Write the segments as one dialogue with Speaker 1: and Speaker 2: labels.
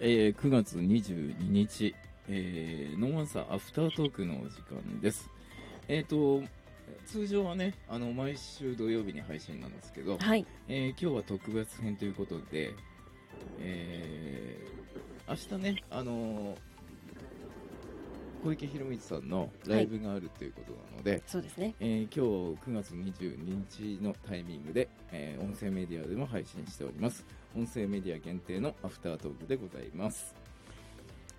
Speaker 1: えー9月22日、えーノンアンサーアフタートークのお時間です。えっ、と、通常はね、あの、毎週土曜日に配信なんですけど、
Speaker 2: はい。
Speaker 1: えー今日は特別編ということで、えー明日ね、あのー小池博光さんのライブがあるということなので、
Speaker 2: そうですね。
Speaker 1: えー今日9月22日のタイミングで、えー音声メディアでも配信しております音声メディア限定のアフタートークでございます、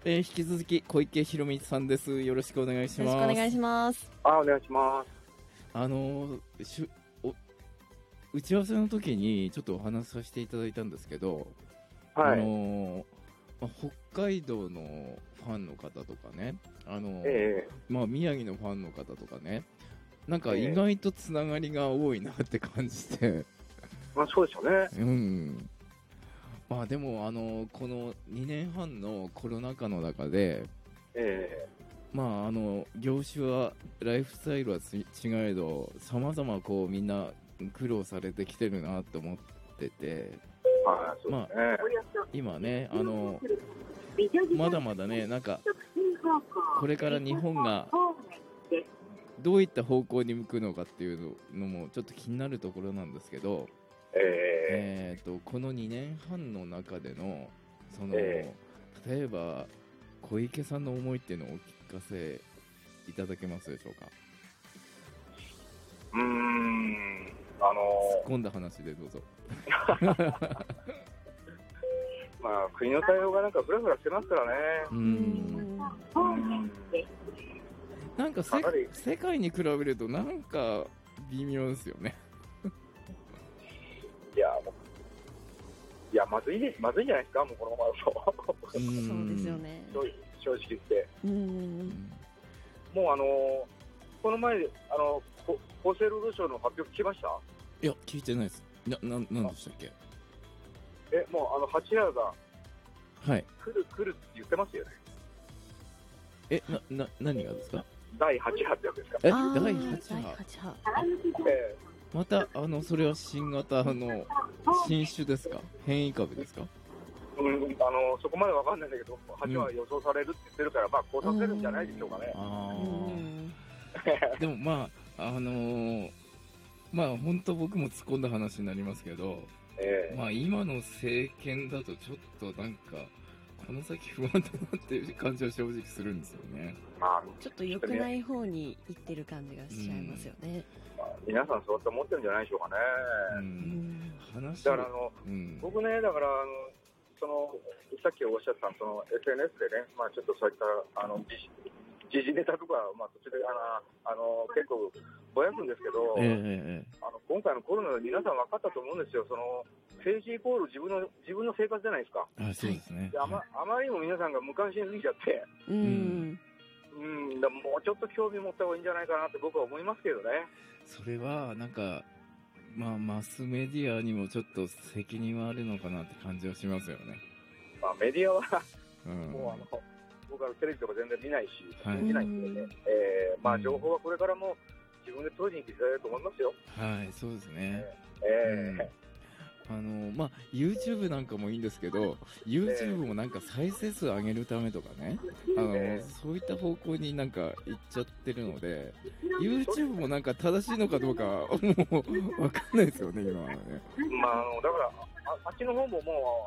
Speaker 1: えー引き続き小池博光さんですよろしくお願いし
Speaker 2: よろ
Speaker 1: ま
Speaker 2: し
Speaker 1: す
Speaker 2: くお願いします。
Speaker 3: あ、お願いします。
Speaker 1: あのーしゅお打ち合わせの時にちょっとお話しさせていただいたんですけど、
Speaker 3: は
Speaker 1: あ
Speaker 3: い。
Speaker 1: のーまあ北海道のファンの方とかね、あのー
Speaker 3: え
Speaker 1: まあ、宮城のファンの方とかね、なんか
Speaker 3: ええ
Speaker 1: 意外とつながりが多いなって感じ て、
Speaker 3: えまあそうですよね。
Speaker 1: うん。まあでも、あのーこの2年半のコロナ禍の中で、
Speaker 3: え
Speaker 1: まああの業種はライフスタイルはつ違えどさまざまこうみんな苦労されてきてるなと思ってて
Speaker 3: えはい、そうですね。
Speaker 1: 今ねあのまだまだねなんかこれから日本がどういった方向に向くのかっていうのもちょっと気になるところなんですけど、
Speaker 3: ええ
Speaker 1: えー、とこの2年半の中でのその、
Speaker 3: え
Speaker 1: 例えば小池さんの思いっていうのをお聞かせいただけますでしょうか
Speaker 3: うーん、
Speaker 1: 突
Speaker 3: あ
Speaker 1: っ
Speaker 3: の、
Speaker 1: 込んだ話でどうぞ。
Speaker 3: まあ国の対応がなんかフラフラしてますからね。
Speaker 1: うん
Speaker 3: うん
Speaker 1: なんかせ
Speaker 3: かなり
Speaker 1: 世界に比べるとなんか微妙ですよね。
Speaker 3: いや、もう、いや、まずいです、まずいんじゃないですか、もうこのままだと。
Speaker 2: そうですよね。
Speaker 3: 正直正直言って。
Speaker 2: う。
Speaker 1: うんん。
Speaker 3: もうあの、この前、あの、こ厚生労働省の発表聞きました
Speaker 1: いや聞いてないです。なななんでしたっけ？
Speaker 3: え、もうあの、八原が
Speaker 1: はい。
Speaker 3: 来る来るって言ってますよね。
Speaker 1: えなな何がですか？
Speaker 3: 第八波ってやつですか。
Speaker 1: え第
Speaker 2: あー
Speaker 1: 8
Speaker 2: 第
Speaker 1: 波。
Speaker 2: 8波。
Speaker 3: え
Speaker 1: またあのそれは新型の新種ですか？変異株ですか？
Speaker 3: えうん、あの、そこまでわかんないんだけど、八波は予想されるって言ってるから、まあ、こうさせるんじゃないでしょうかね。
Speaker 1: あ
Speaker 2: う
Speaker 1: あ。
Speaker 2: ん。
Speaker 1: でもまああのーまあ本当僕も突っ込んだ話になりますけど、
Speaker 3: ええ
Speaker 1: まあ今の政権だとちょっとなんかこの先不安だなっていう感じは正直するんですよね。
Speaker 3: まあ、
Speaker 2: ちょっと良くない方に行ってる感じがしちゃいますよね。
Speaker 3: まあ皆さんそうやって思ってるんじゃないでしょうかね。
Speaker 1: う、
Speaker 2: うんん。
Speaker 1: 話
Speaker 3: だから、あの、
Speaker 1: うん、
Speaker 3: 僕ね、だから、あの、その、さっきおっしゃった、その、SNS でね、まあ、ちょっとそういった、あの、時事時事ネタとか、まあ、途中で、あの、あの結構、ぼやくんですけど、
Speaker 1: えええ
Speaker 3: あの今回のコロナで皆さん分かったと思うんですよ。その、政治イコール自分の、自分の生活じゃないですか。
Speaker 1: えあそうですね。
Speaker 3: であまあまりにも皆さんが無関心すぎちゃって、
Speaker 2: うん。
Speaker 3: うん、だからもうちょっと興味持った方がいいんじゃないかなって僕は思いますけどね。
Speaker 1: それはなんか、まあ、マスメディアにもちょっと責任はあるのかなって感じはしますよね。
Speaker 3: まあ、メディアは
Speaker 1: う
Speaker 3: もうあ
Speaker 1: ん
Speaker 3: の、、僕はテレビとか全然見ないし、
Speaker 1: はい
Speaker 3: 見ないんでね、
Speaker 2: うん
Speaker 3: えーま
Speaker 1: う
Speaker 3: あ
Speaker 1: ん
Speaker 3: 情報はこれからも自分で当時にいていただけると思いますよ。
Speaker 1: はい、そうですね。う
Speaker 3: え
Speaker 1: んあのまあ、YouTube なんかもいいんですけど YouTube もなんか再生数上げるためとかねあの
Speaker 3: ええ
Speaker 1: そういった方向になんか行っちゃってるので YouTube もなんか正しいのかどうかもうわかんないですよね今はね。
Speaker 3: ーまあ、あのだからあ、あっちの方ももう、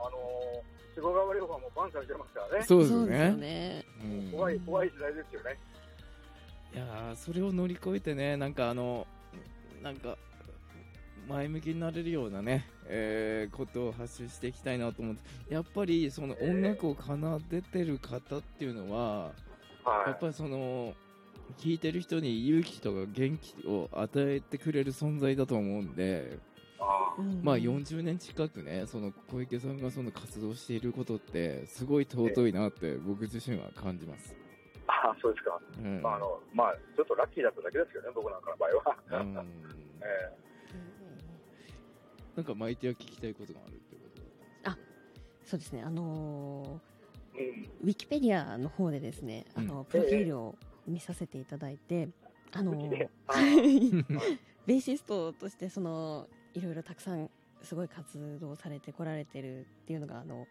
Speaker 3: あの、都合が悪い方はもうバンされてますからね。
Speaker 1: そうです
Speaker 2: そ
Speaker 1: よ
Speaker 2: うですよ
Speaker 1: ね。
Speaker 2: ね。
Speaker 1: うん
Speaker 3: 怖い、怖い時代ですよね。
Speaker 1: いやーそれを乗り越えてねなんかあのなんか前向きになれるようなね、えーことを発信していきたいなと思ってやっぱりその音楽を奏でてる方っていうのはやっ
Speaker 3: は
Speaker 1: ぱりその聴いてる人に勇気とか元気を与えてくれる存在だと思うんで、
Speaker 3: い。あー
Speaker 2: うん
Speaker 1: まあ、40年近くねその小池さんがその活動していることってすごい尊いなって僕自身は感じます。
Speaker 3: あー、そうですか。
Speaker 1: うん
Speaker 3: まあ、あの、まあ、ちょっとラッキーだっただけですけどね、僕なんかの場合は。
Speaker 1: うん
Speaker 3: えー
Speaker 1: なんか巻いては聞きたいことがあるってこと
Speaker 2: そうですね。あの
Speaker 3: うん、
Speaker 2: ー、ウィキペディアの方でですね、あの、プロフィールを見させていただいて、あのー、
Speaker 3: あ
Speaker 2: ベーシストとしてそのいろいろたくさんすごい活動されてこられてるっていうのがあの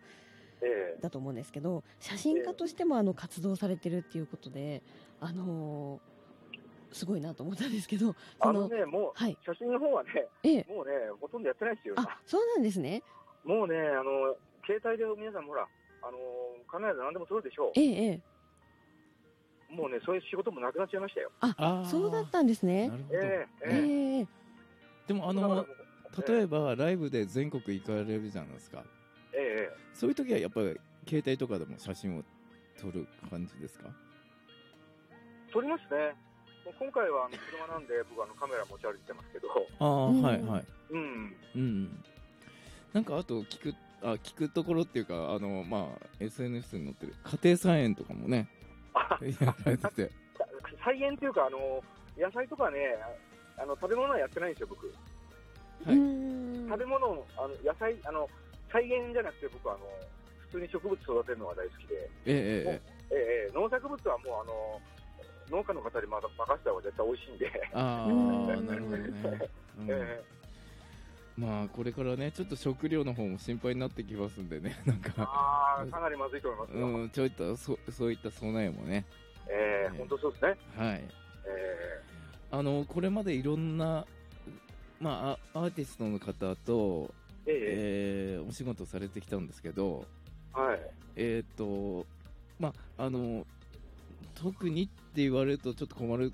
Speaker 3: ええ
Speaker 2: だと思うんですけど写真家としてもあの活動されてるっていうことで、あのーすごいなと思ったんですけど
Speaker 3: あのね、もう、
Speaker 2: はい
Speaker 3: 写真の方はね、
Speaker 2: ええ
Speaker 3: もうね、ほとんどやってないですよ。
Speaker 2: あそうなんですね
Speaker 3: もうね、あの、携帯で皆さんほら、あの、考えると何でも撮るでしょ
Speaker 2: ええええ
Speaker 3: う。もうね、そういう仕事もなくなっちゃいましたよ。
Speaker 1: あー
Speaker 2: そうだったんですね
Speaker 1: なるほど、
Speaker 3: ええ
Speaker 2: え
Speaker 3: ええ
Speaker 2: ええ
Speaker 1: でもあ
Speaker 3: だか
Speaker 1: の
Speaker 3: らもう
Speaker 1: 例えばライブで全国行かれるじゃないですか
Speaker 3: ええええ
Speaker 1: そういう時はやっぱり携帯とかでも写真を撮る感じですか
Speaker 3: 撮りますね。もう今回はあの車なんで、 僕あのカメラ持ち歩いてますけど、
Speaker 1: ああ、
Speaker 2: うん
Speaker 1: はいはい
Speaker 3: うん。
Speaker 1: うんなんかあと聞くあ聞くところっていうかあのまあ SNS に載ってる家庭菜園とかもねやられてて
Speaker 3: さ菜園っていうか、あの、野菜とかね、あの、食べ物はやってないんですよ、僕。
Speaker 1: はいう
Speaker 2: ーん
Speaker 3: 食べ物を、あの、野菜、あの、菜園じゃなくて僕はあの、普通に植物育てるのが大好きで、
Speaker 1: えええ
Speaker 3: ええ農作物はもうあの農家の方にまだ任せた方が絶対美味しいんで、
Speaker 1: えああ
Speaker 2: うん
Speaker 1: なるほどね、うん
Speaker 3: え
Speaker 1: まあこれからねちょっと食料の方も心配になってきますんでね なん
Speaker 3: え
Speaker 1: か
Speaker 3: ああかなりまずいと思いますよ、
Speaker 1: うんちょいとそそういった備えもね
Speaker 3: ええ本当そうですね、
Speaker 1: はい
Speaker 3: え
Speaker 1: あのこれまでいろんなまああアーティストの方と、
Speaker 3: えええ
Speaker 1: えーお仕事されてきたんですけど、
Speaker 3: はい
Speaker 1: えっ、と、まあ、あの、特にって言われるとちょっと困る、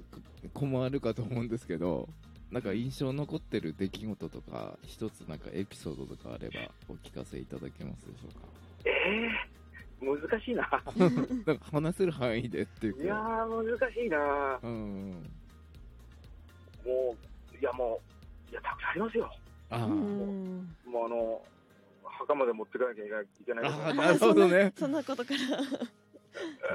Speaker 1: 困るかと思うんですけど、なんか印象残ってる出来事とか、一つなんかエピソードとかあればお聞かせいただけますでしょう
Speaker 3: ええ難しいな
Speaker 1: か。なんか話せる範囲でっていうか。
Speaker 3: いやー難しいな
Speaker 1: うん。
Speaker 3: もういやもういやたくさんありますよ
Speaker 1: あ
Speaker 2: う
Speaker 1: ー
Speaker 2: ーん
Speaker 3: もうあの墓まで持ってかなきゃいけないいけない
Speaker 1: あ
Speaker 3: とか
Speaker 1: ー、なるほどね。
Speaker 2: そんなことか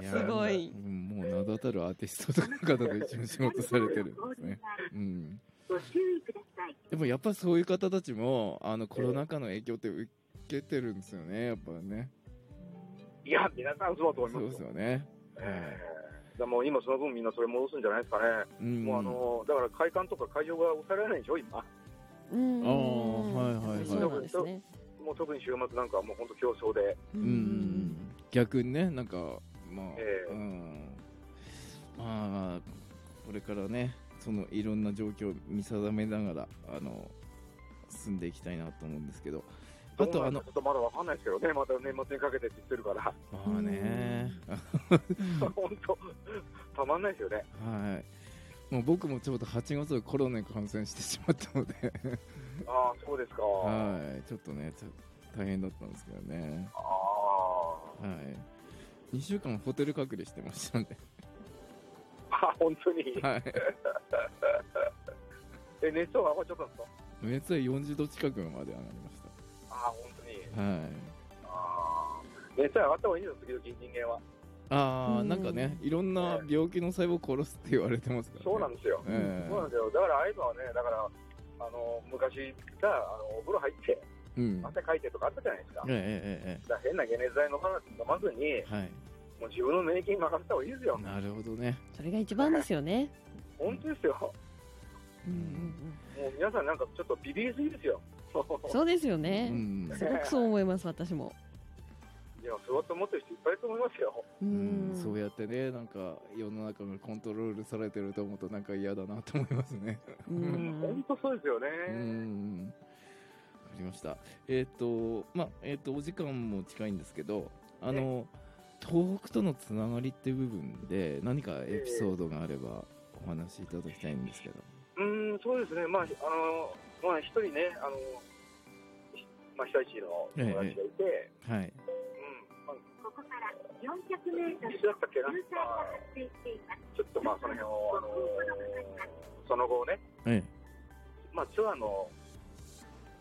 Speaker 2: ら
Speaker 1: や
Speaker 2: すごい
Speaker 1: うんもう名だたるアーティストとかの方と一緒に仕事されてるんです ね。うん。
Speaker 3: ご注意ください
Speaker 1: でもやっぱそういう方たちも、あの、コロナ禍の影響って受けてるんですよね、やっぱね。
Speaker 3: いや皆さんそうだと思い
Speaker 1: そう
Speaker 3: ま
Speaker 1: ですす
Speaker 3: よ
Speaker 1: よね。
Speaker 3: ええだからもう今その分みんなそれ戻すんじゃないですかね、
Speaker 1: うん
Speaker 3: もうあのだから会館とか会場が抑えられないでしょ今
Speaker 2: うーん
Speaker 1: あーはいはいはい
Speaker 2: そうなんですね
Speaker 3: もう特に週末なんかはもう本当競争で、
Speaker 2: うー
Speaker 1: うんん、逆にね、なんか、まあ、
Speaker 3: ええ
Speaker 1: うん、まあ、これからね、そのいろんな状況を見定めながら、あの、進んでいきたいなと思うんですけど、あと、あの
Speaker 3: ちょ、っとまだわかんないですけどね、また年末にかけてって言ってるから、
Speaker 1: まあね、
Speaker 3: 本当、たまんないですよね。
Speaker 1: はい。もう僕もちょうど8月でコロナに感染してしまったので、
Speaker 3: ああ、そうですか。あ
Speaker 1: はい、ちょっとね、ちょっと大変だったんですけどね、
Speaker 3: あ
Speaker 1: はい。2週間ホテル隔離してましたんで、
Speaker 3: あ、本当に。
Speaker 1: はい。
Speaker 3: え、熱は上がっちゃったんですか
Speaker 1: 熱は40度近くまで上がりまし
Speaker 3: ああ、本当に。
Speaker 1: た。はい。
Speaker 3: ああ、熱は上がった方がいいんですよ、時々人間は。
Speaker 1: あ
Speaker 2: う
Speaker 1: ー、
Speaker 2: ん
Speaker 1: なんかね、いろんな病気の細胞を殺すって言われてますからね。
Speaker 3: そうなん
Speaker 1: で
Speaker 3: ですよ。そうなんですよ。だから、ああいうのはね、だから、あの、昔さ、あの、お風呂入って、
Speaker 1: うん。
Speaker 3: 汗かいてとかあったじゃないですか。だか
Speaker 1: えええ
Speaker 3: ら変な解熱剤飲まな飲まずに
Speaker 1: ええ、え。はい。
Speaker 3: もう自分の免疫に任せた方がいいですよ。
Speaker 1: なるほどね。
Speaker 2: それが一番ですよね
Speaker 3: 本当ですよ。
Speaker 1: う
Speaker 2: うんうん
Speaker 1: ん。
Speaker 3: もう皆さんなんかちょっとビビりすぎですよ。
Speaker 2: うんそうですよ
Speaker 1: う
Speaker 2: ね
Speaker 1: ん。
Speaker 2: すごくそう思います私も
Speaker 3: いや、そうやって思ってる人いっぱいいると思いますよ。
Speaker 2: う
Speaker 1: うん
Speaker 2: ん
Speaker 1: そうやってね、なんか世の中がコントロールされてると思うとなんか嫌だなと思いますね。
Speaker 2: う
Speaker 3: うんん、本当そうですよね。
Speaker 1: うん。わかりました。えっ、と、まあ、えっ、と、お時間も近いんですけど、あの、東北とのつながりっていう部分で、何かエピソードがあればお話しいただきたいんですけど。
Speaker 3: うん、そうですね。まあ、あの、まあ、一人ね、あの、ひまあ、被災地の友達がいて、
Speaker 1: はい。
Speaker 3: うん、まあ、
Speaker 4: ここから400メートル
Speaker 3: 一緒だったっけな、
Speaker 4: 渋滞
Speaker 3: まあ
Speaker 4: が、発生しています。
Speaker 3: ちょっとまあ、その辺を、あの、その後ね、
Speaker 1: え
Speaker 3: まあ、ツアーの、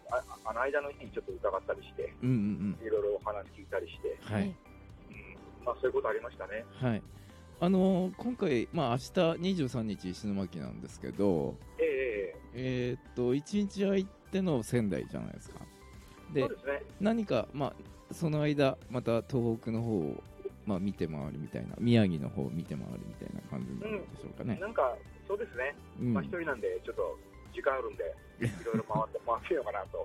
Speaker 3: ああの間の日にちょっと伺ったりして、
Speaker 1: え。うんうん
Speaker 3: いろいろお話聞いたりして、
Speaker 1: うん。はい。
Speaker 3: うん、まあ、そういうことありましたね。
Speaker 1: はい。あのー今回、まあ、明日23日石巻なんですけど、
Speaker 3: えええ
Speaker 1: えーっと、1日空いての仙台じゃないですか。
Speaker 3: え
Speaker 1: で
Speaker 3: そう、ですね。
Speaker 1: 何か、まあ、その間、また東北の方を、まあ、見て回るみたいな、宮城の方を見て回るみたいな感じになるんでしょうかね。
Speaker 3: なんか、そうですね。
Speaker 1: うん。
Speaker 3: まあ一人なんで、ちょっと時間あるんで、 いろいろ回って、回ってみようかなと。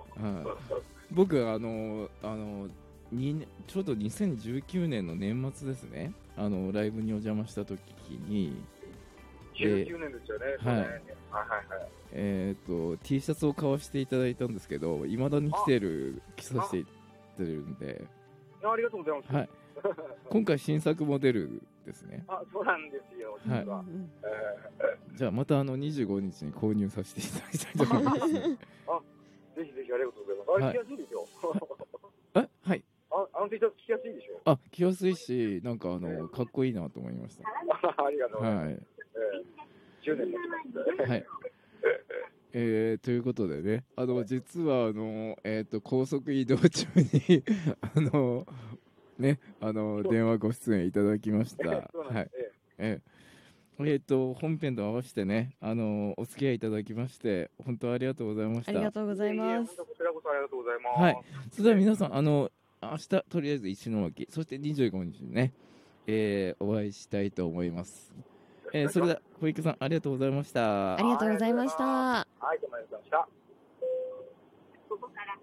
Speaker 1: はい僕、あのーあのーにねちょうど2019年の年末ですねあのライブにお邪魔した時に、
Speaker 3: 19年ですよね、
Speaker 1: はい
Speaker 3: はいはいはい。
Speaker 1: えー、と T シャツを買わせていただいたんですけどいまだに着てる着させていただいてるんで、
Speaker 3: あありがとうございます。
Speaker 1: はい、今回新作モデルですね
Speaker 3: あそうなんですよ、実
Speaker 2: うんう
Speaker 3: は。
Speaker 2: ん
Speaker 3: え
Speaker 1: じゃあまたあの25日に購入させていただきたいと思います ね
Speaker 3: ーぜひぜひありがとうございます。あ
Speaker 1: は
Speaker 3: れ、着やすいでしょ
Speaker 1: えはい
Speaker 3: ああの T シャツ着やすいでしょ
Speaker 1: あ着やすいしなんかあのかっこいいなと思いまし
Speaker 3: ありが
Speaker 1: た
Speaker 3: とうございます。
Speaker 1: はい
Speaker 3: えー10年経ちましたね。
Speaker 1: はい。えーということでね、あの実はあの、えー、と高速移動中に あの、ね、あの電話ご出演いただきま した。は
Speaker 3: そうなん
Speaker 1: い
Speaker 3: です。え
Speaker 1: えーえーと本編と合わせてねあの、お付き合いいただきまして、本当ありがとうございまし
Speaker 2: ありが
Speaker 1: た。
Speaker 2: とうご
Speaker 3: え
Speaker 2: ざいま
Speaker 3: ええ
Speaker 2: す
Speaker 3: 本当こちらこそありがとうございます。
Speaker 1: はいそれでは皆さん、あの明日とりあえず石巻、そして25日にね、えーお会いしたいと思います。えーそれでは小池さん、ありがとうございました
Speaker 2: あ。りがとうございました
Speaker 3: はい、どうもありがとうございました。
Speaker 4: ここから